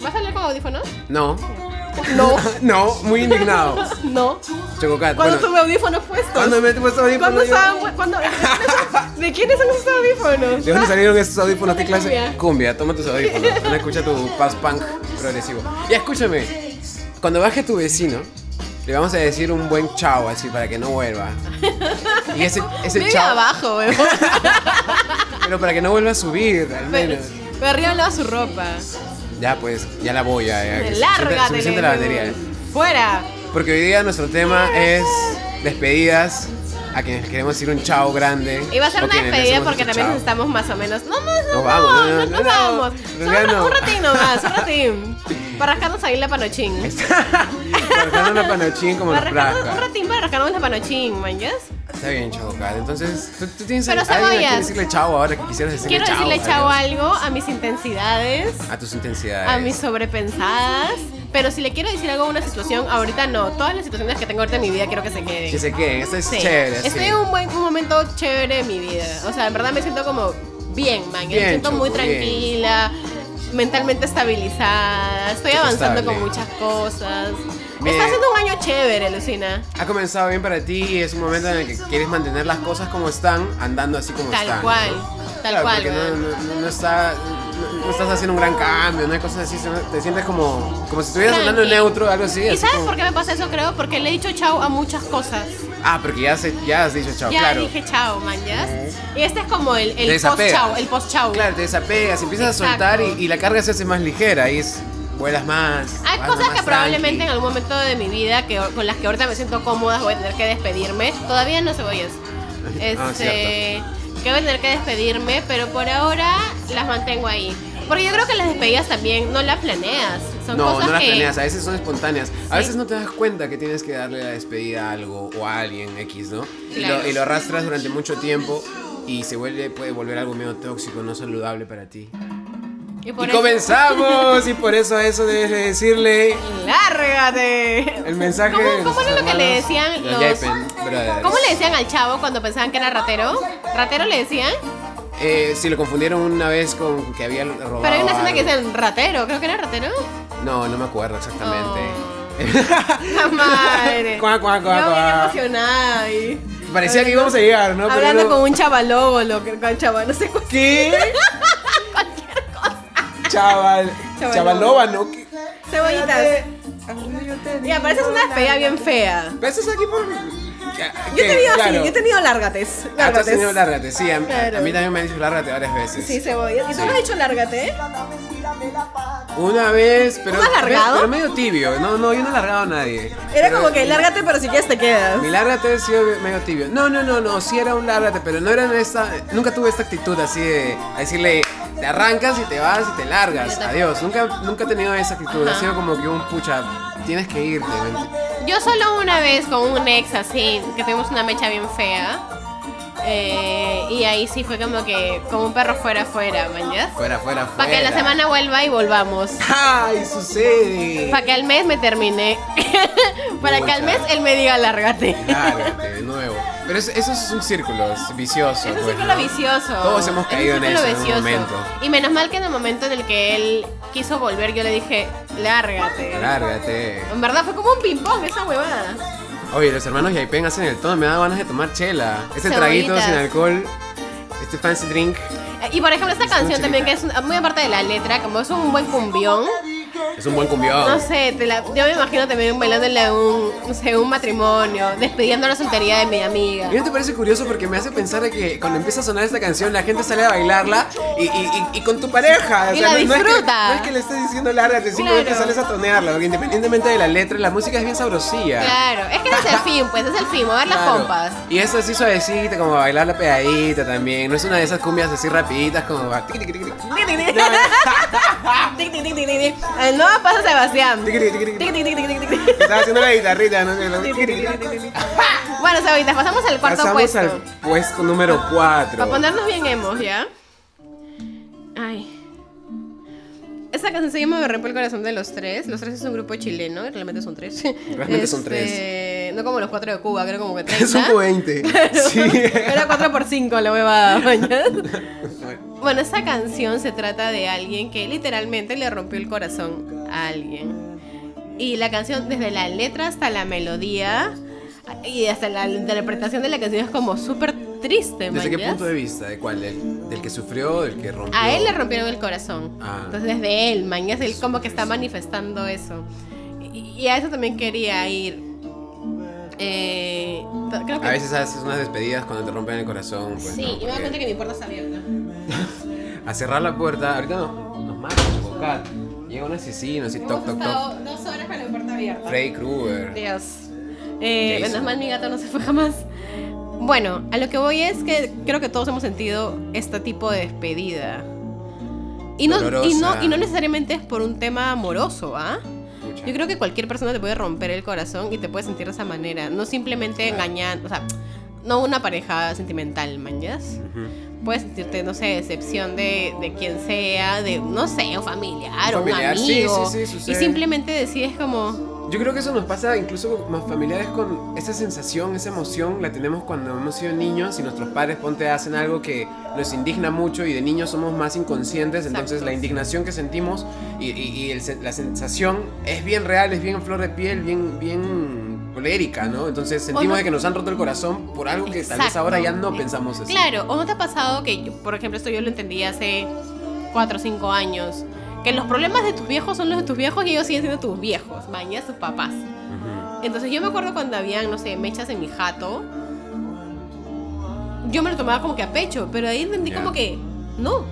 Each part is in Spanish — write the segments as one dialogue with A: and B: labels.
A: ¿Vas a hablar con audífonos?
B: No.
A: No.
B: No, muy indignado.
A: No.
B: Chococat.
A: Cuando
B: bueno,
A: tuve audífonos puestos.
B: ¿Cuándo me puso
A: ¿Cuándo
B: audífonos? yo?
A: estaban- cuándo- ¿De quiénes son- ¿De quiénes son esos audífonos?
B: ¿De dónde salieron esos audífonos? ¿Qué
A: Son de
B: clase?
A: cumbia.
B: Cumbia, toma tus audífonos. Anda, escucha tu past punk progresivo. Y escúchame, cuando baje tu vecino, le vamos a decir un buen chao así para que no vuelva. Y ese, ese
A: Vive
B: chao.
A: abajo, weón.
B: Pero para que no vuelva a subir, al
A: Pero,
B: menos.
A: pero arriba lava su ropa.
B: Ya pues, ya la voy a. ya, que
A: Lárgate.
B: suficiente- Suficiente la batería. eh.
A: Jesús. Fuera.
B: Porque hoy día nuestro tema es despedidas a quienes queremos decir un chao grande.
A: Y va a ser
B: o
A: una
B: quienes les
A: despedida
B: hemos
A: porque
B: dicho
A: también
B: chao.
A: estamos más o menos. No, no, no,
B: Nos
A: no,
B: vamos,
A: no,
B: no, no,
A: nos
B: no,
A: vamos.
B: no,
A: Solo
B: no.
A: un ratín nomás, un ratín. Para rascarnos ahí la panochín.
B: Marcando una panochín Este como Este
A: Para
B: la
A: rascarnos, un
B: placa.
A: ratín para rascarnos la panochín, man, ¿yes?
B: Está bien, Chococat. Entonces, ¿tú, tú tienes
A: Pero
B: alguien a quien
A: cebollas.
B: decirle chao ahora que quisieras decirle
A: Quiero
B: chao.
A: decirle chao
B: adiós?
A: algo a mis intensidades,
B: A tus intensidades.
A: a mis sobrepensadas. Pero si le quiero decir algo a una situación, ahorita no. Todas las situaciones que tengo ahorita en mi vida quiero que se queden.
B: Que se queden. Esto es
A: Sí.
B: chévere.
A: Estoy
B: sí.
A: en un, buen, un momento chévere de mi vida. O sea, en verdad me siento como bien, man.
B: Bien,
A: me siento muy
B: Choco, bien.
A: tranquila, mentalmente estabilizada. Estoy
B: Choco
A: avanzando
B: estable.
A: con muchas cosas.
B: Bien.
A: Está haciendo un año chévere, Lucina.
B: Ha comenzado bien para ti y es un momento en el que quieres mantener las cosas como están, andando así como
A: Tal
B: están.
A: cual,
B: ¿no?
A: tal
B: Claro,
A: cual,
B: Porque no,
A: weón.
B: no- no está- no- no estás haciendo un gran cambio, no hay cosas así, sino te sientes como, como si estuvieras
A: Tranqui.
B: hablando en neutro, algo así.
A: ¿Y
B: así
A: sabes
B: como-
A: por qué me pasa eso, creo? Porque le he dicho chao a muchas cosas.
B: Ah, porque ya, se- ya has dicho chao,
A: ya
B: claro.
A: dije chao, man, ¿ya? Y este es como el,
B: Te
A: el post
B: desapegas.
A: chao, el post chao.
B: Claro, te desapegas, empiezas
A: Exacto.
B: a soltar y, y la carga se hace más ligera y es, vuelas más.
A: Hay
B: vas
A: cosas
B: más
A: que probablemente en
B: tranqui.
A: algún momento de mi vida que, con las que ahorita me siento cómoda voy a tener que despedirme. Todavía no cebollas.
B: Ah,
A: Este, que voy a tener que despedirme, pero por ahora las mantengo ahí. Porque yo creo que las despedidas también no las planeas. Son
B: no,
A: cosas
B: no las
A: que.
B: planeas, a veces son espontáneas. A veces no te das cuenta que tienes que darle la despedida a algo o a alguien X, ¿no? Y, lo,
A: Claro.
B: y lo arrastras durante mucho tiempo y se vuelve, puede volver algo medio tóxico, no saludable para ti.
A: Y
B: Y
A: por eso-
B: comenzamos, y por eso a eso debes de decirle
A: ¡Lárgate!
B: el mensaje.
A: ¿Cómo-
B: de
A: cómo era
B: nuestros
A: lo que le
B: hermanos,
A: decían los-
B: Yaipen Brothers.
A: ¿Cómo le decían al chavo cuando pensaban que era ratero? ¿Ratero le decían?
B: Eh, si lo confundieron una vez con que había robado.
A: Pero hay una escena que
B: algo.
A: dicen ratero, creo que era ratero.
B: No, no me acuerdo exactamente.
A: Oh. La madre.
B: Cuá, cuá, cuá,
A: Yo bien
B: cuá.
A: emocionada ahí.
B: Parecía que íbamos a llegar, ¿no?
A: Oh.
B: Pero
A: Hablando
B: no-
A: con un chavalóbolo, que- con chaval, no sé cuál.
B: ¿Qué? Chaval.
A: Chavalova.
B: Chavalova, ¿no? ¿Qué?
A: Cebollitas.
B: Arríate,
A: Ya, pero esa es una despedida bien fea.
B: ¿Pasas aquí por.?
A: Yo he tenido así, yo he tenido lárgates.
B: Ah, tú has
A: Lárgates.
B: tenido lárgate, sí. A, a-
A: Claro.
B: a mí también me han dicho lárgate varias veces.
A: Sí, cebollas. ¿Y tú no has hecho lárgate?
B: Una vez, pero.
A: ¿Tú has largado?
B: Pero medio tibio. No, no, yo no he largado a nadie.
A: Era
B: Pero
A: como que lárgate, pero si quieres te quedas.
B: Mi lárgate sí era medio tibio. No, no, no, no. Sí era un lárgate, pero no era en esta. Nunca tuve esta actitud así de a decirle. Te arrancas y te vas y te largas. Adiós. Nunca, nunca he tenido esa actitud. Ha
A: Ajá.
B: sido como que un pucha. Tienes que irte. ¿me
A: Yo solo una vez con un ex así, que tuvimos una mecha bien fea. eh, y ahí sí fue como que, como un perro fuera, fuera, mañas.
B: Fuera, fuera, fuera.
A: Para que la semana vuelva y volvamos.
B: ¡Ay, sucede!
A: Para que al mes me termine. Para que al mes él me diga lárgate.
B: Lárgate de nuevo. Pero es- eso es un círculo es vicioso.
A: Es un
B: pues,
A: círculo
B: ¿no?
A: vicioso.
B: Todos hemos
A: Es un
B: caído en
A: círculo
B: eso en algún
A: vicioso.
B: momento.
A: Y menos mal que en el momento en el que él quiso volver, yo le dije, lárgate.
B: Lárgate.
A: En verdad fue como un ping-pong esa huevada.
B: Oye, los hermanos Yaipen hacen el todo. Me da ganas de tomar chela. Este
A: Cebollitas.
B: traguito sin alcohol. Este fancy drink.
A: Eh, Y por ejemplo, esta canción también,
B: chelita.
A: que es un- muy aparte de la letra, como es un buen cumbión.
B: Es un buen cumbión.
A: No sé, te la- yo me imagino también bailándole un, no sé, un matrimonio, despidiendo la soltería de mi amiga.
B: ¿Y no te parece curioso? Porque me hace pensar de que cuando empieza a sonar esta canción, la gente sale a bailarla y, y- y- y con tu pareja.
A: Y la
B: no- no, es que,
A: disfruta.
B: no es que le estés diciendo lárgate, simplemente
A: Claro.
B: sales a tonearla. Porque independientemente de la letra, la música es bien sabrosilla.
A: Claro, es que ese es el fin, pues, es el fin, mover las
B: Claro.
A: pompas.
B: Y eso así suavecita, como bailar la pegadita también. No es una de esas cumbias así rapiditas como va tiqui, tiqui, tiqui, tiqui,
A: Tic, tic, tic, tic, tic, tic. El nuevo paso Sebastián.
B: tiqui, tiqui, tiqui,
A: Tic,
B: tiqui.
A: tic, tic, tic, tic, tic.
B: Estaba haciendo la guitarrita, ¿no? Que lo- tiqui, tiqui, tiqui, tiqui.
A: Bueno, Sabitas, pasamos al cuarto
B: Pasamos
A: puesto.
B: al puesto número 4.
A: Para ponernos bien hemos, ¿ya? Ay. Esta canción se llama Me rompe el corazón de los tres. Los tres es un grupo chileno, realmente son tres.
B: Realmente son tres.
A: no como los 4 de Cuba, creo como que 30.
B: Es un 20. Sí.
A: Era 4 por 5 la huevada, mañana. Bueno, esta canción se trata de alguien que literalmente le rompió el corazón a alguien. Y la canción, desde la letra hasta la melodía y hasta la interpretación de la canción es como súper triste,
B: ¿Desde qué
A: mañas. Ah.
B: punto de vista? ¿De cuál? ¿Del, del que sufrió? ¿Del que rompió?
A: A él le rompieron el corazón.
B: Ah.
A: Entonces desde él, mañas, él como que está manifestando eso. Y, y a eso también quería ir. Eh, t- creo que
B: A veces haces unas despedidas cuando te rompen el corazón. Pues,
A: sí,
B: ¿no?
A: y me da
B: Porque
A: cuenta que mi puerta está abierta.
B: A cerrar la puerta, ahorita nos, nos matan, Bocat. Llega un asesino, así toc,
A: Hemos
B: toc,
A: estado
B: toc.
A: dos horas con la puerta abierta.
B: Freddy Krueger.
A: Dios. Eh,
B: Jason.
A: menos mal mi gato no se fue jamás. Bueno, a lo que voy es que creo que todos hemos sentido este tipo de despedida. Y no, y no,
B: Dolorosa.
A: y no necesariamente es por un tema amoroso, ¿ah?
B: Pucha.
A: Yo creo que cualquier persona te puede romper el corazón y te puede sentir de esa manera. No simplemente
B: Claro.
A: engañar, o sea, no una pareja sentimental, mañas.
B: Ujú.
A: Puedes sentirte, no sé, decepción de, de quien sea, de, no sé, un familiar,
B: Un
A: o un
B: familiar, sí,
A: amigo.
B: sí, sí,
A: y
B: sucede.
A: simplemente decides como,
B: Yo creo que eso nos pasa incluso con más familiares con esa sensación, esa emoción la tenemos cuando hemos sido niños y nuestros padres ponte hacen algo que nos indigna mucho y de niños somos más inconscientes, entonces
A: Exacto.
B: la indignación que sentimos y, y- y el se- la sensación es bien real, es bien flor de piel, bien bien colérica, ¿no? Entonces sentimos
A: no-
B: de que nos han roto el corazón por algo que tal vez
A: Exacto.
B: ahora ya no
A: Eh,
B: pensamos así.
A: claro, ¿o no te ha pasado que, yo- por ejemplo, esto yo lo entendí hace 4 o 5 años? Que los problemas de tus viejos son los de tus viejos y ellos siguen siendo tus viejos, mañas, tus papás.
B: Ujú.
A: Entonces yo me acuerdo cuando habían, no sé, mechas en mi jato, yo me lo tomaba como que a pecho, pero ahí entendí
B: Ya.
A: como que no.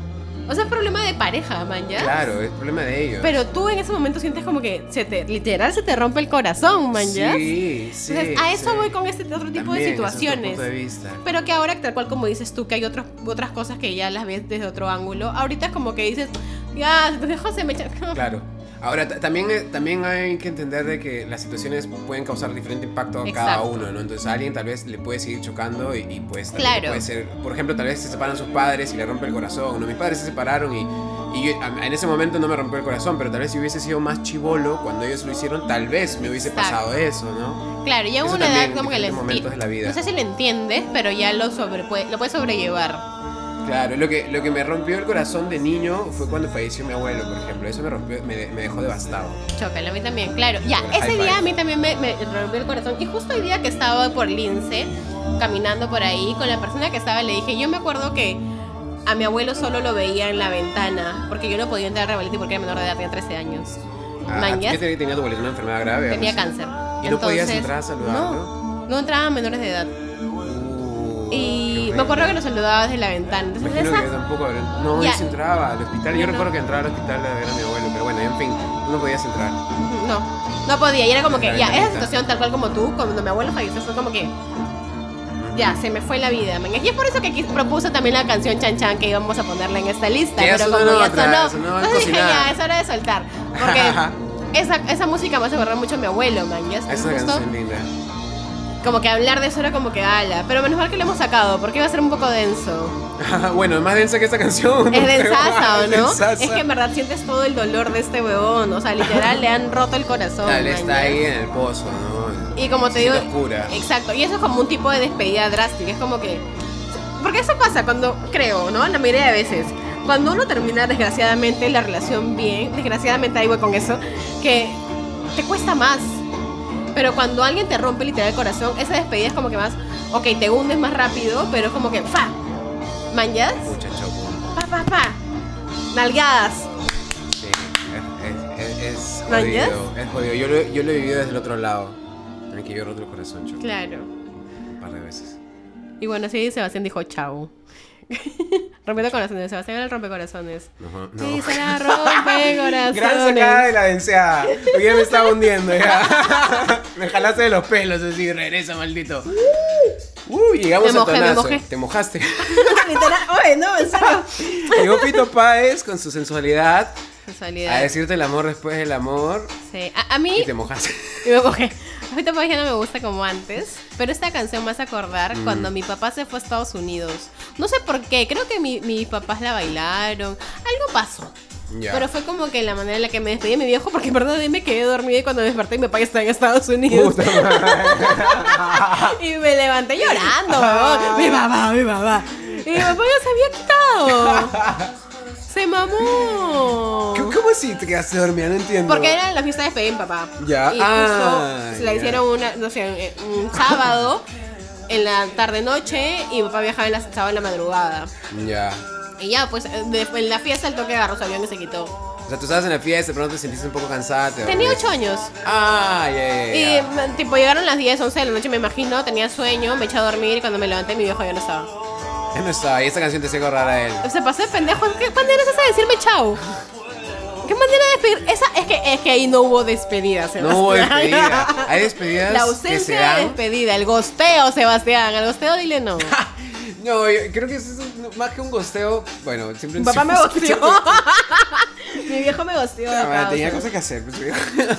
A: O sea, es problema de pareja, man, ¿ya?
B: Claro, es problema de ellos.
A: Pero tú en ese momento sientes como que se te, literal se te rompe el corazón, man, ¿ya?
B: sí, sí,
A: Entonces, a eso
B: sí.
A: voy con este otro tipo
B: También,
A: de
B: ese es otro
A: situaciones.
B: punto de vista.
A: Pero que ahora, tal cual como dices tú, que hay otros, otras cosas que ya las ves desde otro ángulo, ahorita es como que dices, ya, tus hijos se me echan...
B: Claro. Ahora, ta- también, eh, también hay que entender de que las situaciones pueden causar diferente impacto a cada
A: Exacto.
B: uno, ¿no? Entonces a alguien tal vez le puede seguir chocando y, y, pues también
A: Claro.
B: puede ser, por ejemplo, tal vez se separan sus padres y le rompe el corazón, ¿no? Mis padres se separaron y, y yo- a- en ese momento no me rompió el corazón, pero tal vez si hubiese sido más chivolo cuando ellos lo hicieron, tal vez me hubiese
A: Exacto.
B: pasado eso, ¿no?
A: Claro, ya en
B: Eso
A: una edad
B: también,
A: como que le
B: diferentes momentos de la vida.
A: No sé si lo entiendes, pero ya lo, sobre, puede- lo puedes sobrellevar.
B: Claro, lo que, lo que me rompió el corazón de niño fue cuando falleció mi abuelo, por ejemplo. Eso me, rompió, me, de- me dejó devastado.
A: Chócala, a mí también, claro. Ya,
B: High
A: ese
B: five.
A: día a mí también me, me rompió el corazón. Y justo el día que estaba por Lince, caminando por ahí, con la persona que estaba, le dije, yo me acuerdo que a mi abuelo solo lo veía en la ventana, porque yo no podía entrar a Revaliti porque era menor de edad, tenía 13 años.
B: Ah,
A: Mañas,
B: ¿Qué te- tenía tu abuelo? ¿Una enfermedad grave? algo
A: tenía
B: así?
A: cáncer.
B: ¿Y no podías
A: Entonces,
B: entrar a saludarlo?
A: No, no entraban menores de edad.
B: Uh,
A: Y
B: qué
A: me acuerdo que lo
B: horrible.
A: saludaba desde la ventana. Entonces,
B: Imagino
A: esa-
B: que tampoco habrán- No,
A: Ya.
B: yo sí entraba al hospital. Yo
A: Bueno.
B: recuerdo que entraba al hospital a ver a mi abuelo, pero bueno, en fin, tú no podías entrar.
A: No, no podía. Y era como que,
B: La
A: ya, esa
B: ventanita.
A: situación tal cual como tú, cuando mi abuelo falleció, fue como que, ya, se me fue la vida, man. Y es por eso que aquí propuse también la canción Chan Chan que íbamos a ponerla en esta lista.
B: Que ya
A: pero
B: sonó
A: como ya
B: otra,
A: sonó,
B: sonó
A: entonces dije,
B: cocinada.
A: ya, es hora de soltar. Porque esa, esa música me hace acordar mucho a mi abuelo, man. Y es
B: Esa
A: justo
B: canción linda.
A: como que hablar de eso era como que, ala. Pero menos mal que lo hemos sacado, porque iba a ser un poco denso.
B: bueno, es más densa que esta canción.
A: Es
B: no creo,
A: densaza, ¿o
B: ah, es
A: no?
B: densaza.
A: Es que en verdad sientes todo el dolor de este huevón. O sea, literal, le han roto el corazón.
B: Tal,
A: man,
B: está
A: ya.
B: ahí en el pozo, ¿no?
A: Y como te digo, eh,
B: Oscura.
A: exacto, y eso es como un tipo de despedida drástica, es como que... Porque eso pasa cuando, creo, ¿no? La mayoría de veces, cuando uno termina desgraciadamente la relación bien, desgraciadamente ahí voy con eso, que te cuesta más. Pero cuando alguien te rompe literal el corazón, esa despedida es como que más, ok, te hundes más rápido, pero es como que, ¡fa! ¿Mañas?
B: Pucha, choco.
A: ¡Pa, pa, pa! Nalgadas.
B: Sí, es, es, es- es
A: ¿Mañas?
B: jodido. Es jodido. Yo lo, yo lo he vivido desde el otro lado. En el que yo roto el corazón, choco.
A: Claro.
B: Un par de veces.
A: Y bueno, así Sebastián dijo, chau. Rompiendo corazones, Sebastián era el rompecorazones.
B: Ajá, no.
A: Sí, se la rompe
B: Gran sacada de
A: corazones.
B: la venceada. Porque ya me estaba hundiendo ya. me jalaste de los pelos así, regresa, maldito. Uh, llegamos
A: Me
B: a
A: mojé, me
B: tonazo.
A: mojé.
B: Te mojaste.
A: Literal, oye, no, en serio.
B: Llegó Pito Páez con su sensualidad a
A: Sensualidad.
B: decirte el amor después del amor
A: Sí. A, a mí,
B: Ah, y te mojaste.
A: y me cogí. A mí tampoco ya no me gusta como antes, pero esta canción me hace acordar
B: Mm.
A: cuando mi papá se fue a Estados Unidos. No sé por qué, creo que mi- mis papás la bailaron, algo pasó.
B: Ya.
A: Pero fue como que la manera en la que me despedí de mi viejo, porque en verdad ahí me quedé dormida y cuando me desperté mi papá ya estaba en Estados Unidos.
B: Puta madre.
A: y me levanté llorando,
B: Ah.
A: weón. Mi papá, mi papá. Y mi papá ya se había quitado. Se mamó.
B: ¿Cómo cómo así te quedaste dormida? No entiendo.
A: Porque era la fiesta de despedida de mi papá.
B: Ya.
A: Y
B: Ah,
A: justo se la
B: ya.
A: hicieron una, no sé, un sábado en la tarde noche y mi papá viajaba en la sábado en la madrugada.
B: Ya.
A: Y ya, pues de- en la fiesta el toque agarró su avión y se quitó.
B: O sea, tú estabas en la fiesta, pero no te sentiste un poco cansada. te
A: Tenía
B: dormiste.
A: 8 años.
B: Ah, ya, ya,
A: Y
B: ya.
A: m- tipo llegaron las 10, 11 de la noche, me imagino, tenía sueño, me eché a dormir y cuando me levanté mi viejo ya no estaba.
B: Él no estaba, y esta canción te hacía acordar a él.
A: Se pasó de pendejo. ¿Qué manera es esa de decirme chao? ¿Qué manera de despedir? Esa, es, que, es que ahí no hubo despedida, Sebastián.
B: No hubo despedida. Hay despedidas
A: La
B: que se
A: ausencia de
B: dan.
A: despedida, el gosteo, Sebastián. Al gosteo dile no.
B: No, yo creo que eso es un- más que un gosteo. Bueno,
A: Mi
B: siempre un
A: papá me gosteó. mi viejo me gosteó. de acá,
B: Ah, tenía
A: o sea.
B: cosas que hacer. pues, digo.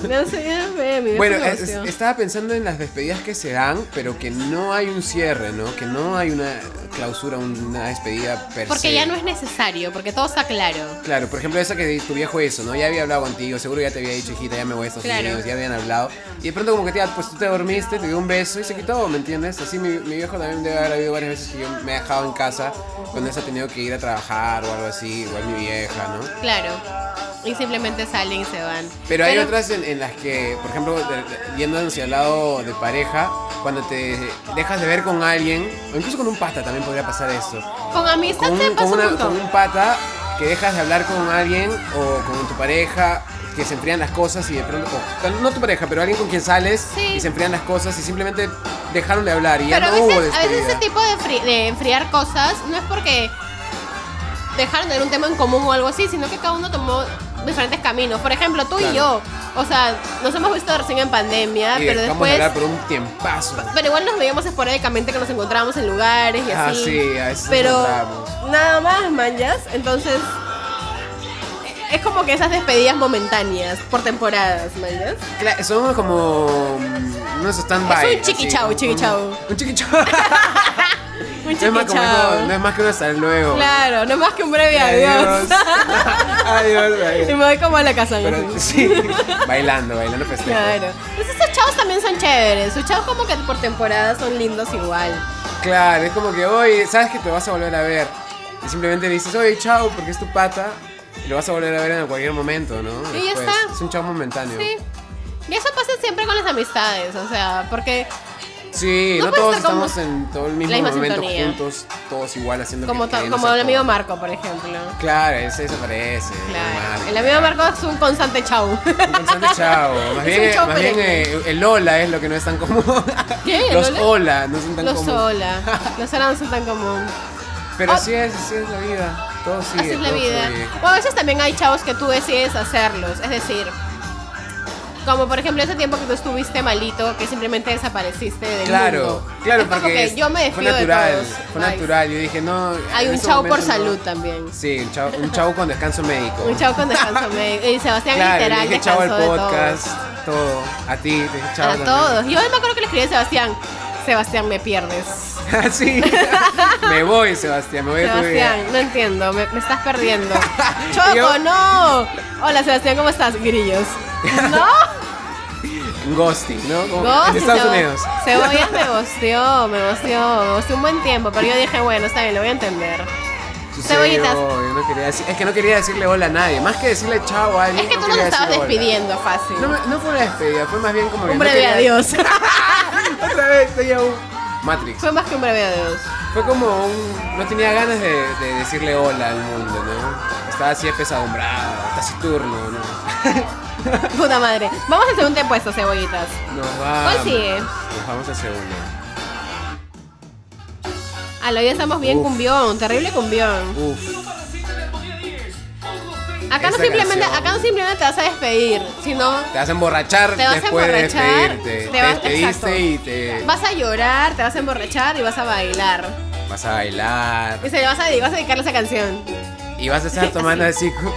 A: No sé, ya sé, mi viejo
B: Bueno,
A: me
B: es- es-
A: gosteó.
B: estaba pensando en las despedidas que se dan, pero que no hay un cierre, ¿no? Que no hay una clausura, una despedida per
A: Porque
B: se.
A: ya no es necesario, porque todo está claro.
B: Claro, por ejemplo, esa que di- tu viejo eso, ¿no? Ya había hablado contigo, seguro ya te había dicho, hijita, ya me voy a Estados
A: Claro.
B: Unidos, ya habían hablado. Y de pronto como que te, pues tú te dormiste, te dio un beso y se quitó, ¿me entiendes? Así mi, mi viejo también debe haber habido varias veces que yo me he dejado en casa cuando él se ha tenido que ir a trabajar o algo así, igual mi vieja, ¿no?
A: Claro. Y simplemente salen y se van.
B: Pero hay otras en, en las que, por ejemplo, de- de- yendo hacia el lado de pareja, cuando te dejas de ver con alguien, o incluso con un pata también podría pasar eso.
A: Con amistad
B: Con
A: se
B: un,
A: pasa
B: con
A: un
B: una-
A: montón.
B: con un pata que dejas de hablar con alguien o con tu pareja, que se enfrían las cosas y de pronto, o tal- no tu pareja, pero alguien con quien sales
A: Sí.
B: y se enfrían las cosas y simplemente dejaron de hablar y ya
A: Pero a
B: no hubo
A: veces, a veces
B: despedida.
A: ese tipo de, fri- de enfriar cosas no es porque dejaron de tener un tema en común o algo así, sino que cada uno tomó diferentes caminos. Por ejemplo, tú y yo,
B: Claro.
A: o sea, nos hemos visto recién en pandemia,
B: y
A: ah, pero
B: dejamos
A: después...
B: de hablar por un tiempazo.
A: Pero igual nos veíamos esporádicamente que nos encontrábamos en lugares y
B: Ah,
A: así.
B: sí, a veces nos
A: pero
B: encontrábamos.
A: nada más, manjas. Entonces, es como que esas despedidas momentáneas por temporadas, manjas.
B: Cla- Son como mm, unos stand-by.
A: Es un chiquichao,
B: así, como-
A: chiquichao.
B: Un, un chiquichao.
A: Un
B: No es, más como
A: chiquichao.
B: eso, no es más que un hasta luego.
A: Claro, no es más que un breve adiós.
B: Adiós. Adiós,
A: y
B: adiós.
A: me voy como a la casa.
B: Pero,
A: ¿no?
B: sí, bailando, bailando festejo.
A: Claro. Entonces esos chavos también son chéveres. Sus chavos como que por temporada son lindos igual.
B: Claro, es como que hoy sabes que te vas a volver a ver. Y simplemente le dices, oye, chao, porque es tu pata. Y lo vas a volver a ver en cualquier momento, ¿no?
A: Y ya
B: Después.
A: está.
B: Es un chao momentáneo.
A: Sí. Y eso pasa siempre con las amistades, o sea, porque
B: Sí,
A: No
B: no,
A: puedes
B: todos
A: estar como
B: estamos en todo el mismo
A: la misma
B: momento
A: sintonía.
B: juntos, todos igual haciendo
A: como,
B: que
A: to-
B: queremos
A: como
B: a
A: el amigo
B: todos.
A: Marco, por ejemplo.
B: Claro, ese desaparece.
A: Claro.
B: normal.
A: El amigo Marco es un constante chau.
B: Un constante chao.
A: Es
B: Más bien,
A: un chao
B: más bien,
A: perenne.
B: eh, el hola es lo que no es tan común.
A: ¿Qué? ¿El
B: Los
A: hola?
B: hola no son tan
A: Los
B: común.
A: sola. Los sola no son tan común.
B: Pero
A: Ah.
B: así es, así es la vida. Todo sigue.
A: Así es la
B: todo
A: vida.
B: fluye.
A: O a veces también hay chavos que tú decides hacerlos. Es decir, como por ejemplo ese tiempo que tú estuviste malito, que simplemente desapareciste del
B: Claro,
A: mundo.
B: claro,
A: Es como
B: porque
A: que yo me despido
B: fue
A: de
B: natural,
A: todos.
B: fue
A: Bye.
B: natural. Yo dije, no.
A: Hay
B: en
A: un
B: ese
A: chavo por
B: momento no.
A: salud también.
B: Sí, un chavo, un chavo con descanso médico.
A: Un chavo con descanso médico. Y Sebastián
B: claro, le
A: literal
B: dije chavo al
A: descansó de todo.
B: podcast, todo. A ti, te dije chavo
A: A todos. Yo me acuerdo que le escribí a Sebastián. Sebastián, me pierdes.
B: todos. Ah, sí. me voy, Sebastián, me voy a tu vida.
A: Sebastián, no entiendo, me, me estás perdiendo.
B: Y yo-
A: Choco, no. Hola Sebastián, ¿cómo estás? Grillos. No,
B: En Ghosting, ¿no? Como Oh, en
A: Ghosting,
B: Estados
A: Cebo-
B: Unidos.
A: Cebollas me bosteó, me bosteó, me bosteó un buen tiempo, pero yo dije, bueno, está bien, lo voy a entender.
B: Sucedió,
A: Cebollitas.
B: yo no quería decir- es que no quería decirle hola a nadie, más que decirle chao a alguien.
A: Es que tú no te
B: quería
A: estabas
B: decirle hola.
A: despidiendo fácil.
B: No, me- no fue una despedida, fue más bien como que
A: un
B: no
A: breve
B: quería-
A: adiós.
B: Otra vez, tenía un Matrix.
A: Fue más que un breve adiós.
B: Fue como un... No tenía ganas de, de decirle hola al mundo, ¿no? Estaba así pesadumbrado, taciturno, ¿no?
A: Puta madre. Vamos al segundo puesto, cebollitas.
B: Nos vamos.
A: sigue?
B: Nos vamos a segundo.
A: A Ah, lo ya estamos bien
B: Uf.
A: cumbión, terrible cumbión.
B: Uf.
A: Acá no,
B: Esa
A: simplemente,
B: canción.
A: acá no simplemente te vas a despedir, sino
B: Te vas a emborrachar
A: Te vas a
B: después
A: emborrachar,
B: de despedirte.
A: te
B: Te,
A: vas-
B: despediste
A: exacto.
B: y te
A: Vas a llorar, te vas a emborrachar y vas a bailar.
B: vas a bailar.
A: Y se le vas a, y vas a dedicar esa canción.
B: Y vas a estar tomando así con,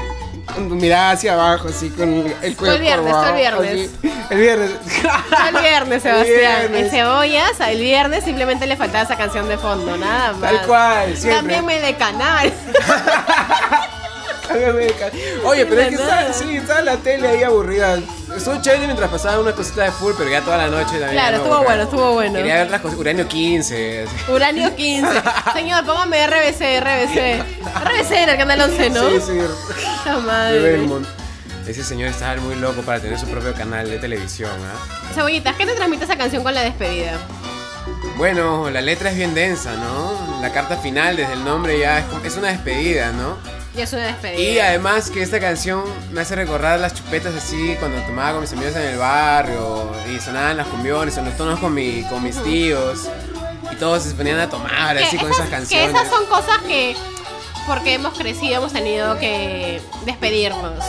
B: con tu mirada hacia abajo, así con el cuerpo
A: viernes, todo el
B: abajo,
A: viernes.
B: así. El viernes.
A: Todo El viernes, Sebastián.
B: viernes.
A: En cebollas, el viernes simplemente le faltaba esa canción de fondo, nada más.
B: Tal cual, siempre.
A: Cámbiame de canal.
B: Hágame caso. Oye, pero
A: De
B: es que
A: nada.
B: estaba, sí, estaba la tele ahí aburrida. Estuvo chévere mientras pasaba una cosita de full, pero ya toda la noche también.
A: Claro,
B: no,
A: estuvo
B: porque
A: bueno, estuvo bueno.
B: Quería ver las cosas. Uranio 15. así.
A: Uranio 15. Señor, póngame RBC, RBC. RBC en el canal 11, ¿no?
B: Sí, sí.
A: Puta
B: De
A: madre.
B: Belmont. Ese señor estaba muy loco para tener su propio canal de televisión, ¿ah?
A: Cebollitas, ¿qué te transmite esa canción con la despedida?
B: Bueno, la letra es bien densa, ¿no? La carta final, desde el nombre ya es, como- es una despedida, ¿no?
A: Ya es una
B: Y
A: despedida.
B: además que esta canción me hace recordar las chupetas así cuando tomaba con mis amigos en el barrio y sonaban las cumbiones, en los tonos con, mi, con mis tíos y todos se ponían a tomar así
A: que,
B: con
A: esas,
B: esas
A: que
B: canciones.
A: esas son cosas que porque hemos crecido hemos tenido que despedirnos.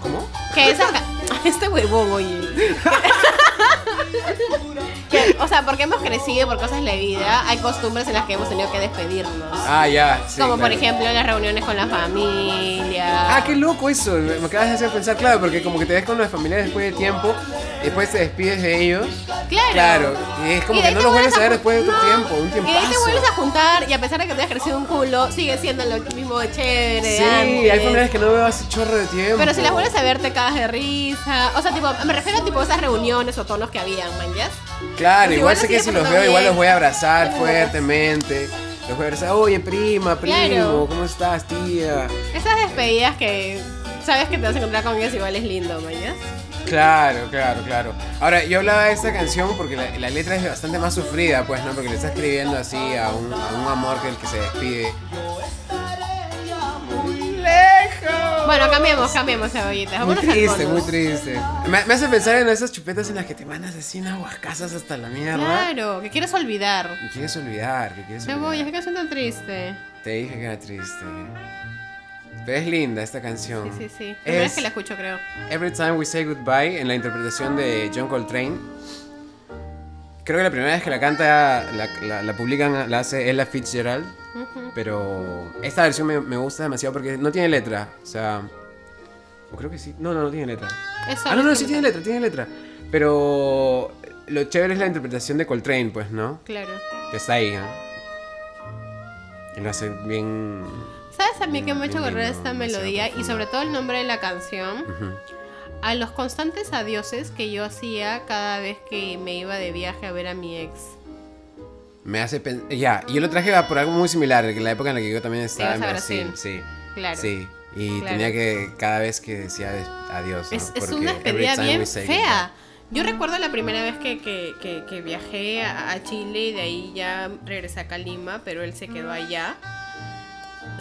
B: ¿Cómo?
A: Que esas ca- este huevón, oye. Que- o sea, porque hemos crecido por cosas de la vida, hay costumbres en las que hemos tenido que despedirnos.
B: Ah, ya. sí,
A: Como por
B: claro.
A: ejemplo las reuniones con la familia.
B: Ah, qué loco eso. Me me acabas de hacer pensar, claro, porque como que te ves con la familia después de tiempo, después te despides de ellos.
A: Claro.
B: Claro. Y es como
A: Y de
B: que
A: ahí
B: no
A: te
B: los vuelves a ver
A: jun-
B: después de
A: No.
B: tu tiempo, un
A: Y de ahí te
B: tiempazo.
A: vuelves a juntar y a pesar de que te has crecido un culo, sigue siendo lo mismo de chévere. de
B: Sí,
A: antes.
B: hay familiares que no veo hace chorro de tiempo.
A: Pero si las vuelves a ver te cagas de risa. O sea, tipo, me refiero a tipo esas reuniones o tonos que habían, man, ¿ya?
B: Claro,
A: Pues
B: igual
A: igual
B: sé
A: así
B: que
A: te
B: si los
A: portas
B: veo, igual
A: bien.
B: los voy a abrazar
A: Ajá.
B: fuertemente. Los voy a abrazar, oye, prima, primo,
A: Claro.
B: ¿cómo estás, tía?
A: Esas despedidas que sabes que te vas a encontrar con ellos igual es lindo, man, ¿ya?
B: Claro, claro, claro. Ahora, yo hablaba de esta canción porque la, la letra es bastante más sufrida, pues, ¿no? Porque le está escribiendo así a un, a un amor que el que se despide.
A: Bueno, cambiemos, cambiemos, cebollitas.
B: Muy
A: Vámonos al
B: triste,
A: bonus.
B: muy triste. Me, me hace pensar en esas chupetas en las que te mandas así en aguascasas hasta la mierda.
A: Claro, que quieres olvidar.
B: Y quieres olvidar, que quieres
A: Cebollas, qué
B: olvidar.
A: canción tan triste.
B: Te dije que era triste. Pero es linda esta canción.
A: Sí, sí, sí. La primera vez
B: Es-
A: que la escucho, creo.
B: Every Time We Say Goodbye en la interpretación de John Coltrane. Creo que la primera vez que la canta, la, la- la publican, la hace Ella Fitzgerald. Pero esta versión me, me gusta demasiado porque no tiene letra. O sea. O creo que sí. No, no, no tiene letra.
A: Eso
B: Ah, no, no, sí tiene letra, tiene letra. Pero lo chévere es la interpretación de Coltrane, pues, ¿no?
A: Claro.
B: Que está ahí, ¿no? Y lo hace bien.
A: ¿Sabes a mí que me ha hecho
B: Bien, bien,
A: correr
B: bien,
A: esta
B: demasiado
A: melodía y
B: profundo.
A: sobre todo el nombre de la canción?
B: Ujú.
A: A los constantes adioses que yo hacía cada vez que me iba de viaje a ver a mi ex.
B: Me hace pensar. Ya, yo lo traje por algo muy similar, que la época en la que yo también estaba en
A: Ibas a
B: Brasil.
A: Brasil.
B: Sí.
A: Claro.
B: Sí. Y
A: Claro.
B: tenía que, cada vez que decía des- adiós. ¿no?
A: Es, es
B: Porque
A: una despedida
B: every time
A: bien
B: we say
A: fea. Yo recuerdo la primera vez que, que- que- que viajé a, a Chile y de ahí ya regresé acá a Lima, pero él se quedó allá.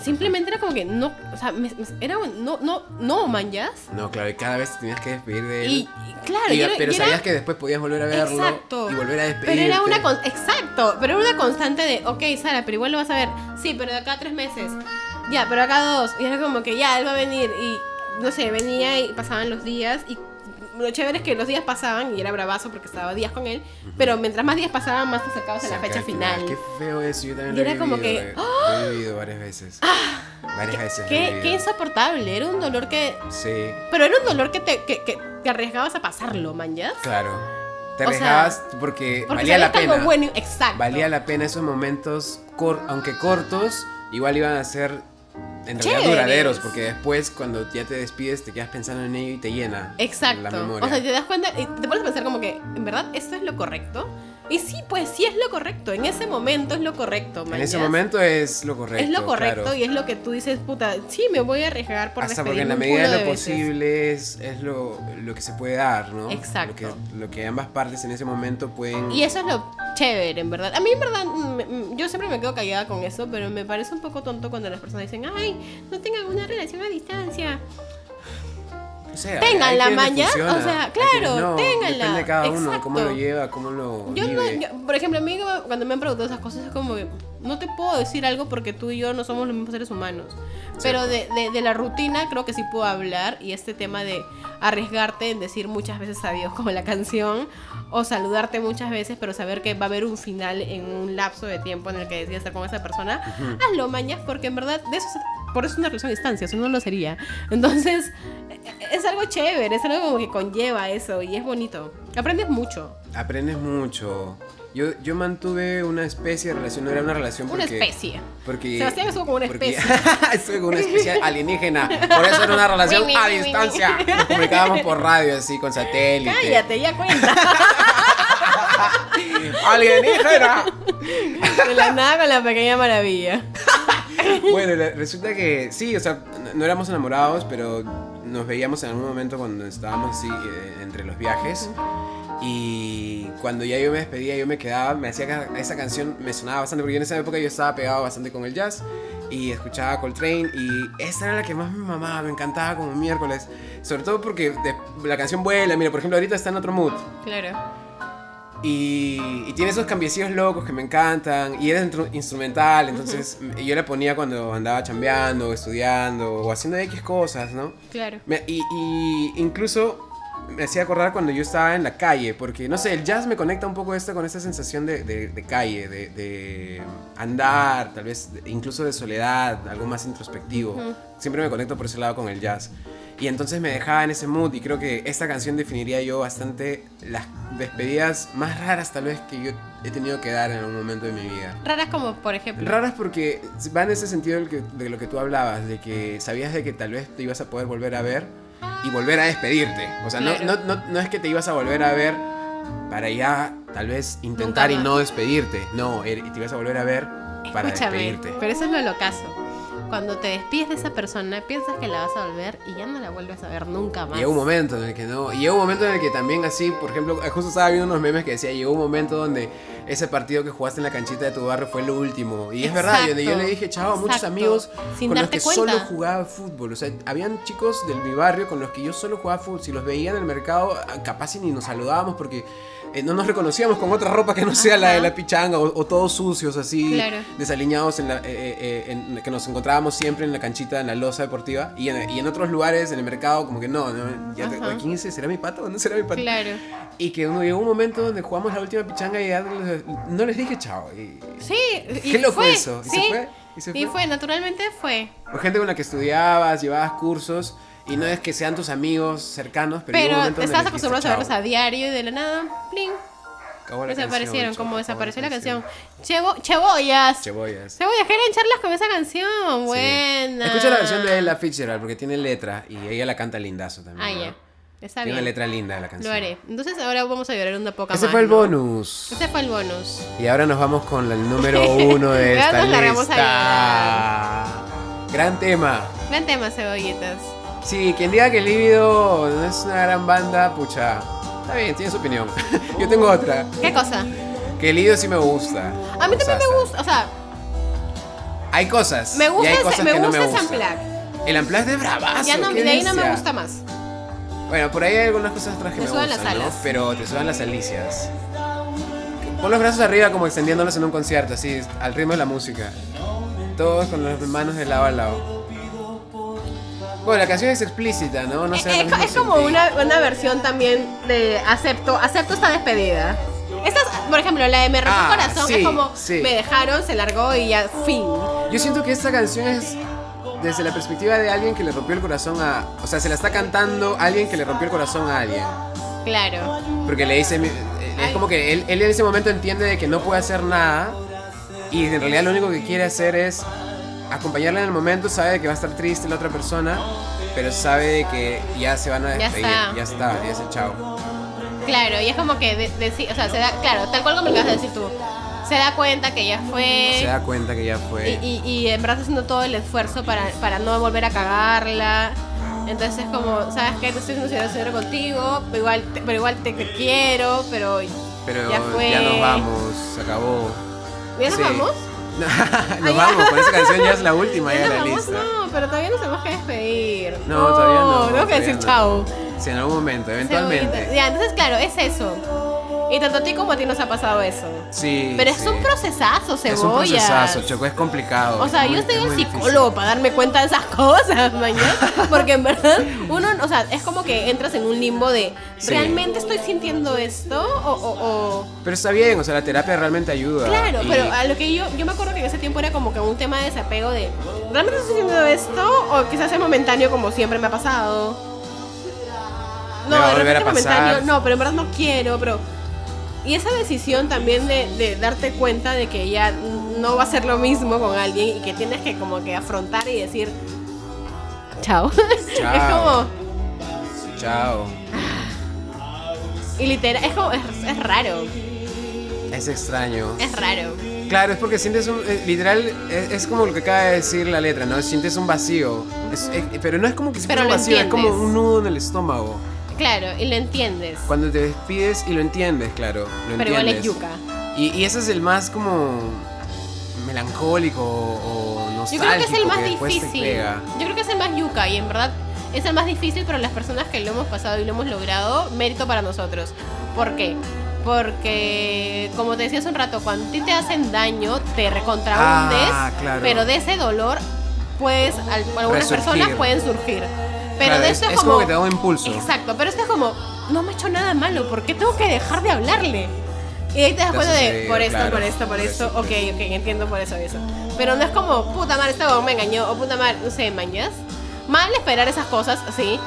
A: Simplemente era como que no, o sea, me- me- era un- no, no, no, manjas.
B: goodbye. No, claro, y cada vez te tenías que despedir de él.
A: Y, y claro,
B: Y-
A: yo era-
B: pero
A: yo era-
B: sabías que después podías volver a verlo
A: Exacto.
B: y volver a despedirte.
A: Pero era una con- exacto, pero era una constante de, ok, Sara, pero igual lo vas a ver. Sí, pero de acá a tres meses. Ya, pero acá a dos. Y era como que ya, él va a venir. Y no sé, venía y pasaban los días. Y lo chévere es que los días pasaban y era bravazo porque estaba días con él. Pero mientras más días pasaban, más te acercabas a la
B: Cerca
A: fecha
B: del
A: final.
B: Qué feo eso, yo también
A: Y
B: lo he
A: era como
B: vivido,
A: que, ¡ah!
B: eh, Lo he vivido varias veces. varias veces. lo he
A: Qué,
B: vivido.
A: qué insoportable. Era un dolor que.
B: Sí,
A: Pero era un dolor que te, que, que te arriesgabas a pasarlo, man, ¿ya?
B: claro.
A: O sea,
B: Te arriesgabas porque,
A: Porque
B: valía la
A: sabías que
B: pena.
A: algo bueno. Exacto.
B: valía la pena esos momentos, cor- aunque cortos, igual iban a ser en realidad
A: Chéveres.
B: duraderos, porque después cuando ya te despides te quedas pensando en ello y te llena la
A: Exacto.
B: memoria.
A: O sea, te das cuenta y te pones a pensar como que, ¿en verdad esto es lo correcto? Y sí, pues sí es lo correcto. En ese momento es lo correcto,
B: en
A: man,
B: ese
A: ya.
B: momento es lo correcto.
A: Es lo correcto
B: claro.
A: y es lo que tú dices, puta, sí, me voy a arriesgar por
B: Hasta porque en la
A: despedirme un
B: medida
A: culo
B: de lo
A: veces.
B: posible es, es lo, lo que se puede dar, ¿no?
A: Exacto.
B: Lo que, lo que ambas partes en ese momento pueden...
A: Y eso es lo chévere, en verdad. A mí, en verdad, mm, mm, yo siempre me quedo callada con eso, pero me parece un poco tonto cuando las personas dicen, ay, no tengan una relación a distancia.
B: o sea,
A: tengan
B: hay
A: la
B: quienes les
A: maña, o
B: funciona,
A: sea,
B: hay quienes
A: claro,
B: no,
A: ténganla,
B: Depende de cada uno, cómo lo
A: exacto.
B: lleva, cómo lo
A: Yo no,
B: vive.
A: yo- por ejemplo, a mí como- cuando me han preguntado esas cosas es como que no te puedo decir algo porque tú y yo no somos los mismos seres humanos. Pero de, de- de la rutina creo que sí puedo hablar y este tema de arriesgarte en decir muchas veces adiós como la canción o saludarte muchas veces pero saber que va a haber un final en un lapso de tiempo en el que decidas estar con esa persona, hazlo mañas porque en verdad de eso se- por eso es una relación a distancia, eso no lo sería. Entonces es algo chévere, es algo como que conlleva eso y es bonito. Aprendes mucho.
B: Aprendes mucho. Yo, yo mantuve una especie de relación, no era una relación
A: Una
B: porque...
A: especie.
B: Porque,
A: Sebastián estuvo como una
B: porque-
A: especie.
B: estuve como una especie alienígena. Por eso era una relación
A: Winnie,
B: a
A: Winnie.
B: distancia. Nos comunicábamos por radio, así, con satélite.
A: Cállate, ya cuenta.
B: ¡Alienígena!
A: De la nada con la pequeña maravilla.
B: Bueno, la- resulta que sí, o sea, n- no éramos enamorados, pero nos veíamos en algún momento cuando estábamos así eh, entre los viajes. Y cuando ya yo me despedía, yo me quedaba, me hacía ca- esa canción, me sonaba bastante, porque yo en esa época yo estaba pegado bastante con el jazz y escuchaba Coltrane y esa era la que más me mamaba, me encantaba como miércoles. Sobre todo porque de- la canción vuela, mira, por ejemplo, ahorita está en otro mood.
A: Claro.
B: Y, y tiene esos cambiecillos locos que me encantan. Y era intru- instrumental, entonces m- yo la ponía cuando andaba chambeando, estudiando o haciendo X cosas, ¿no?
A: Claro.
B: Me- y, y incluso me hacía acordar cuando yo estaba en la calle, porque no sé, el jazz me conecta un poco esta, con esta sensación de, de- de calle, de, de andar, tal vez de- incluso de soledad, algo más introspectivo. Siempre me conecto por ese lado con el jazz. Y entonces me dejaba en ese mood y creo que esta canción definiría yo bastante las despedidas más raras tal vez que yo he tenido que dar en algún momento de mi vida.
A: Raras como, por ejemplo.
B: Raras porque va en ese sentido del que- de lo que tú hablabas, de que sabías de que tal vez te ibas a poder volver a ver y volver a despedirte. O sea, no-
A: Claro.
B: no, no, no es que te ibas a volver a ver para ya tal vez intentar y
A: más.
B: no despedirte. No, er- te ibas a volver a ver para
A: Escúchame,
B: despedirte.
A: pero eso es lo locazo. Cuando te despides de esa persona, piensas que la vas a volver y ya no la vuelves a ver nunca más.
B: Llega un momento en el que no. y Llega un momento en el que también así, por ejemplo, eh, justo estaba viendo unos memes que decía, llegó un momento donde ese partido que jugaste en la canchita de tu barrio fue el último. Y es verdad, yo, yo le
A: Exacto,
B: dije, chao, a oh, muchos
A: exacto.
B: amigos
A: Sin
B: con los
A: darte
B: que
A: cuenta.
B: solo jugaba fútbol. O sea, habían chicos de mi barrio con los que yo solo jugaba fútbol. Si los veía en el mercado, ah, capaz y ni nos saludábamos porque eh, no nos reconocíamos con otra ropa que no sea la de
A: Ajá.
B: la pichanga o, o todos sucios así,
A: Claro.
B: desaliñados, en la, eh, eh, eh, en- que nos encontrábamos siempre en la canchita, en la losa deportiva. Y en, y en otros lugares, en el mercado, como que no, no ya te-
A: Ajá.
B: ¿quién es ese? ¿Será mi pato o no será mi pato?
A: Claro.
B: Y que uno, llegó un momento donde jugamos la última pichanga y ya les- no les dije chao. Y,
A: Sí. y
B: ¿Qué loco
A: fue,
B: eso? ¿Y
A: sí.
B: se fue? ¿Y se
A: Y fue, naturalmente fue.
B: o gente con la que estudiabas, llevabas cursos, y no es que sean tus amigos cercanos, pero,
A: Pero,
B: llega un momento donde
A: estabas
B: dijiste,
A: acostumbrado a
B: "Chao,
A: verlos a diario y de la nada, pling,
B: acabó la
A: desaparecieron,
B: canción,
A: como
B: chao,
A: desapareció la
B: acabó
A: canción. Chevo, chebollas.
B: Cebollas.
A: Cebollas, que eran charlas con esa canción.
B: Sí.
A: Buena.
B: Escucha la versión de Ella Fitzgerald porque tiene letra y ella la canta lindazo también.
A: Ah,
B: ¿no?
A: ya. Está
B: Tiene
A: bien.
B: una letra linda la
A: Lo
B: canción.
A: haré. Entonces ahora vamos a llorar una poca
B: Ese
A: más,
B: fue el
A: ¿no?
B: bonus.
A: Ese fue el bonus.
B: Y ahora nos vamos con el número uno de
A: Ya
B: esta
A: nos largamos a
B: lista. Gran tema.
A: Gran tema, cebollitas.
B: Sí, quien diga que Lívido no es una gran banda, pucha. Está bien, tiene su opinión. Yo tengo otra.
A: ¿Qué cosa?
B: Que Lívido sí me gusta.
A: A mí también me
B: Sasa.
A: gusta, o sea,
B: Hay cosas.
A: me
B: y
A: gusta,
B: hay
A: ese-
B: cosas
A: me
B: que
A: gusta
B: no me
A: ese
B: gustan.
A: unplug.
B: El Amplac de bravazo.
A: Ya no,
B: qué
A: de ahí no me
B: delicia.
A: gusta más.
B: Bueno, por ahí hay algunas cosas atrás que
A: Te
B: me
A: sudan
B: gustan,
A: las alas.
B: ¿no? Pero te sudan las alicias. Pon los brazos arriba como extendiéndolos en un concierto, así, al ritmo de la música. Todos con las manos de lado a lado. Bueno, la canción es explícita, ¿no? No
A: Es,
B: sé,
A: Eh, es-
B: no
A: es como
B: sentí.
A: una, una versión también de acepto, acepto esta despedida. Esta es, por ejemplo, la de me rompió
B: Ah,
A: el corazón,
B: sí,
A: es como
B: sí.
A: me dejaron, se largó y ya, fin.
B: Yo siento que esta canción es desde la perspectiva de alguien que le rompió el corazón a... O sea, se la está cantando alguien que le rompió el corazón a alguien.
A: Claro.
B: Porque le dice, eh, es
A: Ay.
B: como que él, él en ese momento entiende de que no puede hacer nada y en realidad lo único que quiere hacer es acompañarla en el momento, sabe de que va a estar triste la otra persona, pero sabe de que ya se van a
A: Ya
B: despedir,
A: está.
B: ya está, ya es el chao.
A: Claro, y es como que, de- de- o sea, se da, claro, tal cual como lo acabas de decir tú, se da cuenta que ya fue.
B: Se da cuenta que ya fue.
A: Eh, Y, y, y en verdad está haciendo todo el esfuerzo para, para no volver a cagarla. Entonces como, ¿sabes qué? Te estoy haciendo cero contigo, pero igual te, pero igual te, te quiero, pero... ¿Ya
B: pero
A: ya
B: ya,
A: fue.
B: nos vamos, se acabó.
A: nos
B: Sí.
A: vamos?
B: nos vamos, con esa canción ya es la última ya
A: ¿Ya
B: de
A: nos
B: la
A: vamos?
B: lista.
A: No, pero todavía nos tenemos que despedir.
B: No, todavía no,
A: Tengo que
B: todavía
A: decir
B: no.
A: chao.
B: Sí, en algún momento,
A: Segurito.
B: eventualmente.
A: Ya, entonces claro, es eso. Y tanto a ti como a ti nos ha pasado eso.
B: Sí.
A: Pero
B: sí.
A: es un procesazo, cebolla.
B: Es un procesazo, Choco, es complicado.
A: O sea,
B: es muy-
A: yo estoy
B: es
A: en
B: muy difícil.
A: psicólogo para darme cuenta de esas cosas, mañana. Porque en verdad, uno, o sea, es como que entras en un limbo de,
B: Sí.
A: ¿realmente estoy sintiendo esto? O, o- o-
B: Pero está bien, o sea, la terapia realmente ayuda.
A: Claro,
B: y-
A: pero a lo que yo, yo me acuerdo que en ese tiempo era como que un tema de desapego de, ¿realmente estoy sintiendo esto? O quizás es momentáneo como siempre me ha pasado.
B: Me va a
A: de
B: volver a
A: repente es momentáneo,
B: pasar.
A: no, pero en verdad no quiero, pero... Y esa decisión también de, de darte cuenta de que ya no va a ser lo mismo con alguien y que tienes que como que afrontar y decir, chao.
B: Chao.
A: es como,
B: Chao.
A: y literal, es como, es, es raro,
B: Es extraño.
A: es raro.
B: Claro, es porque sientes un. eh, literal, es, es como lo que acaba de decir la letra, ¿no? Sientes un vacío. Es- eh, pero no es como que sientes
A: Pero
B: un
A: lo
B: vacío, es como
A: entiendes.
B: un nudo en el estómago.
A: Claro, y lo entiendes.
B: Cuando te despides y lo entiendes, claro. Lo
A: Pero igual es
B: entiendes.
A: yuca.
B: Y, y ese es el más como melancólico o o
A: Yo
B: nostálgico
A: creo que es el más
B: después te
A: difícil.
B: pega.
A: Yo creo que es el más yuca y en verdad es el más difícil, pero las personas que lo hemos pasado y lo hemos logrado, mérito para nosotros. ¿Por qué? Porque, como te decía hace un rato, cuando a ti te hacen daño, te recontrahundes,
B: Ah, claro.
A: pero de ese dolor, pues al- algunas
B: Resurgir.
A: personas pueden surgir. Pero
B: Claro,
A: de
B: es,
A: esto es,
B: es como... que te da un impulso.
A: Exacto, pero esto es como, no me he hecho nada malo, ¿por qué tengo que dejar de hablarle? Y ahí te das
B: Te ha
A: cuenta de,
B: sucedido,
A: por esto,
B: claro,
A: por esto, por
B: por
A: esto,
B: eso.
A: ok, ok, entiendo por eso, eso. Pero no es como, puta madre, este huevón me engañó, o puta madre, no sé, mañas. Mal esperar esas cosas, sí,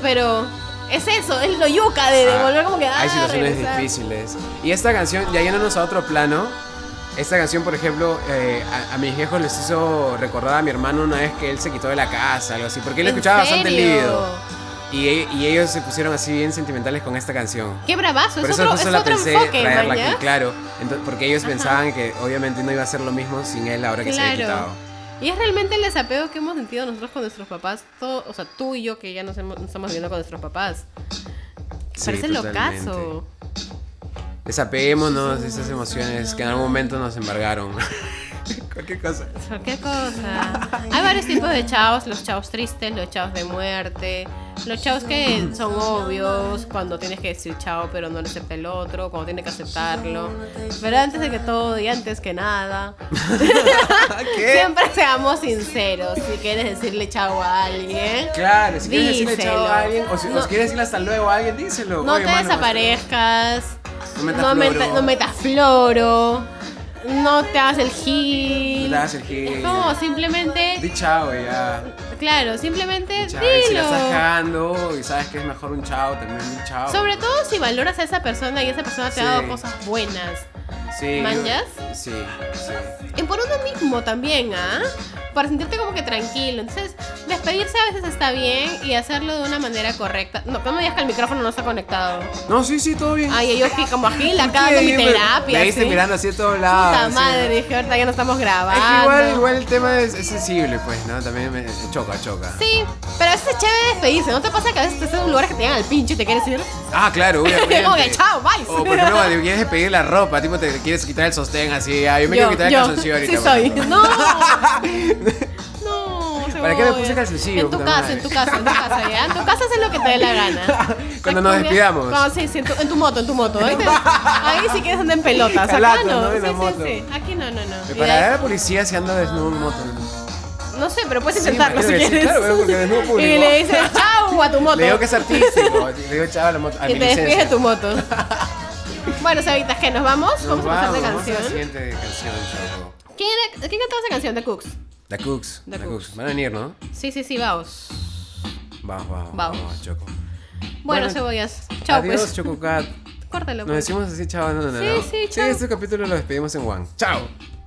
A: pero es eso, es lo yuca de, de
B: Ah,
A: volver como que, ah,
B: Hay situaciones
A: regresar.
B: difíciles. Y esta canción, ya yéndonos a otro plano, esta canción, por ejemplo, eh, a, a mis viejos les hizo recordar a mi hermano una vez que él se quitó de la casa, algo así, porque él
A: ¿En
B: escuchaba bastante
A: serio?
B: lívido. Y, e- y ellos se pusieron así bien sentimentales con esta canción.
A: Qué bravazo,
B: Por
A: es
B: eso
A: otro,
B: justo
A: es
B: la
A: otro
B: pensé
A: enfoque,
B: traerla
A: mañas.
B: aquí, claro. Ento- porque ellos pensaban que obviamente no iba a ser lo mismo sin él ahora que se había
A: Claro.
B: quitado.
A: Y es realmente el desapego que hemos sentido nosotros con nuestros papás, todo, o sea, tú y yo que ya nos, hemos- nos estamos viendo con nuestros papás.
B: Sí,
A: Parece lo
B: totalmente.
A: caso.
B: Desapeguémonos de esas emociones que en algún momento nos embargaron. Cualquier cosa.
A: ¿Qué cosa? Hay varios tipos de chaos, los chaos tristes, los chaos de muerte, los chaos que son obvios cuando tienes que decir chao pero no lo acepta el otro, cuando tiene que aceptarlo. Pero antes de que todo y antes que nada,
B: ¿Qué?
A: siempre seamos sinceros. Si quieres decirle chao a alguien,
B: Claro, si quieres decirle chao
A: Díselo.
B: a alguien o si o si
A: No.
B: quieres decirle hasta luego a alguien, díselo.
A: no
B: Oye,
A: te
B: mano,
A: desaparezcas,
B: No metas
A: no, meta-
B: floro.
A: no metas floro, no te hagas el gil.
B: No te hagas el gil.
A: Es como simplemente
B: Di chao y ya.
A: Claro, simplemente
B: Chao. Y si la estás
A: Eh, dilo.
B: cagando y sabes que es mejor un chao, también un chao.
A: Sobre todo si valoras a esa persona y esa persona te ha
B: Sí.
A: dado cosas buenas.
B: sí,
A: ¿Manjas?
B: Sí, sí.
A: Y por uno mismo también, ¿ah? Para sentirte como que tranquilo. Entonces, despedirse a veces está bien y hacerlo de una manera correcta. No, no me digas que el micrófono no está conectado.
B: No, sí, sí, todo bien.
A: Ay, yo aquí como agil, acá
B: Sí,
A: dando mi
B: me-
A: terapia.
B: Me viste
A: ¿sí?
B: mirando así a todos lados.
A: Puta
B: así.
A: madre, dije, ahorita ya no estamos
B: Es que
A: grabando.
B: igual, igual el tema es, es sensible, pues, ¿no? También me choca, choca.
A: Sí, pero a veces es chévere despedirse. ¿No te pasa que a veces te estás en un lugar que te llegan al pincho y te quieres ir?
B: Ah, claro, obviamente.
A: Como que, chao, bye.
B: O por ejemplo, cuando quieres pedir la ropa, tipo, te quieres quitar el sostén así. Ah, yo me quiero quitar el calzoncillo ahorita.
A: Sí
B: por
A: soy.
B: ejemplo.
A: No. No.
B: ¿Para qué me
A: cebolla.
B: puse calzoncillo,
A: En tu
B: puta
A: casa,
B: madre?
A: en tu casa, en tu casa, ¿ya? En tu casa haces lo que te dé la gana.
B: Cuando nos
A: Te cambias-
B: despidamos.
A: Cuando- sí, sí, en tu, en tu moto, en tu moto. Ahí, te- ahí sí quieres andar en pelotas. Acá
B: Calato,
A: no.
B: ¿no? En
A: Sí,
B: la
A: sí,
B: moto.
A: sí. Aquí no, no, no.
B: Me
A: Y de ahí-
B: parará la policía si ando desnudo en moto.
A: no sé, pero puedes
B: Sí,
A: intentarlo si
B: imagínate, sí,
A: quieres.
B: claro, bueno, porque desnudo público.
A: Y le dices chau a tu moto.
B: Le digo que es artístico. Le digo chao a la moto. A
A: y
B: mi
A: te despides de
B: licencia.
A: tu moto. Bueno, Sabitas, ¿qué? ¿Nos vamos?
B: Nos
A: vamos, a
B: vamos,
A: pasar
B: vamos
A: de
B: a la
A: canción.
B: siguiente canción, chavo.
A: ¿Quién, ¿Quién cantaba esa canción de Cooks?
B: La Cooks.
A: The
B: La
A: Cooks.
B: Cooks. Van a venir, ¿no?
A: Sí, sí, sí, vamos.
B: Vamos, vamos.
A: Vamos.
B: Vamos, Choco.
A: Bueno,
B: Bueno,
A: cebollas. Chao,
B: Adiós,
A: pues.
B: Choco Cat.
A: Córtalo.
B: Nos
A: pues.
B: decimos así, chao. No, no, no,
A: Sí,
B: no.
A: sí, chao.
B: este capítulo lo despedimos en One. Chao.
A: pues.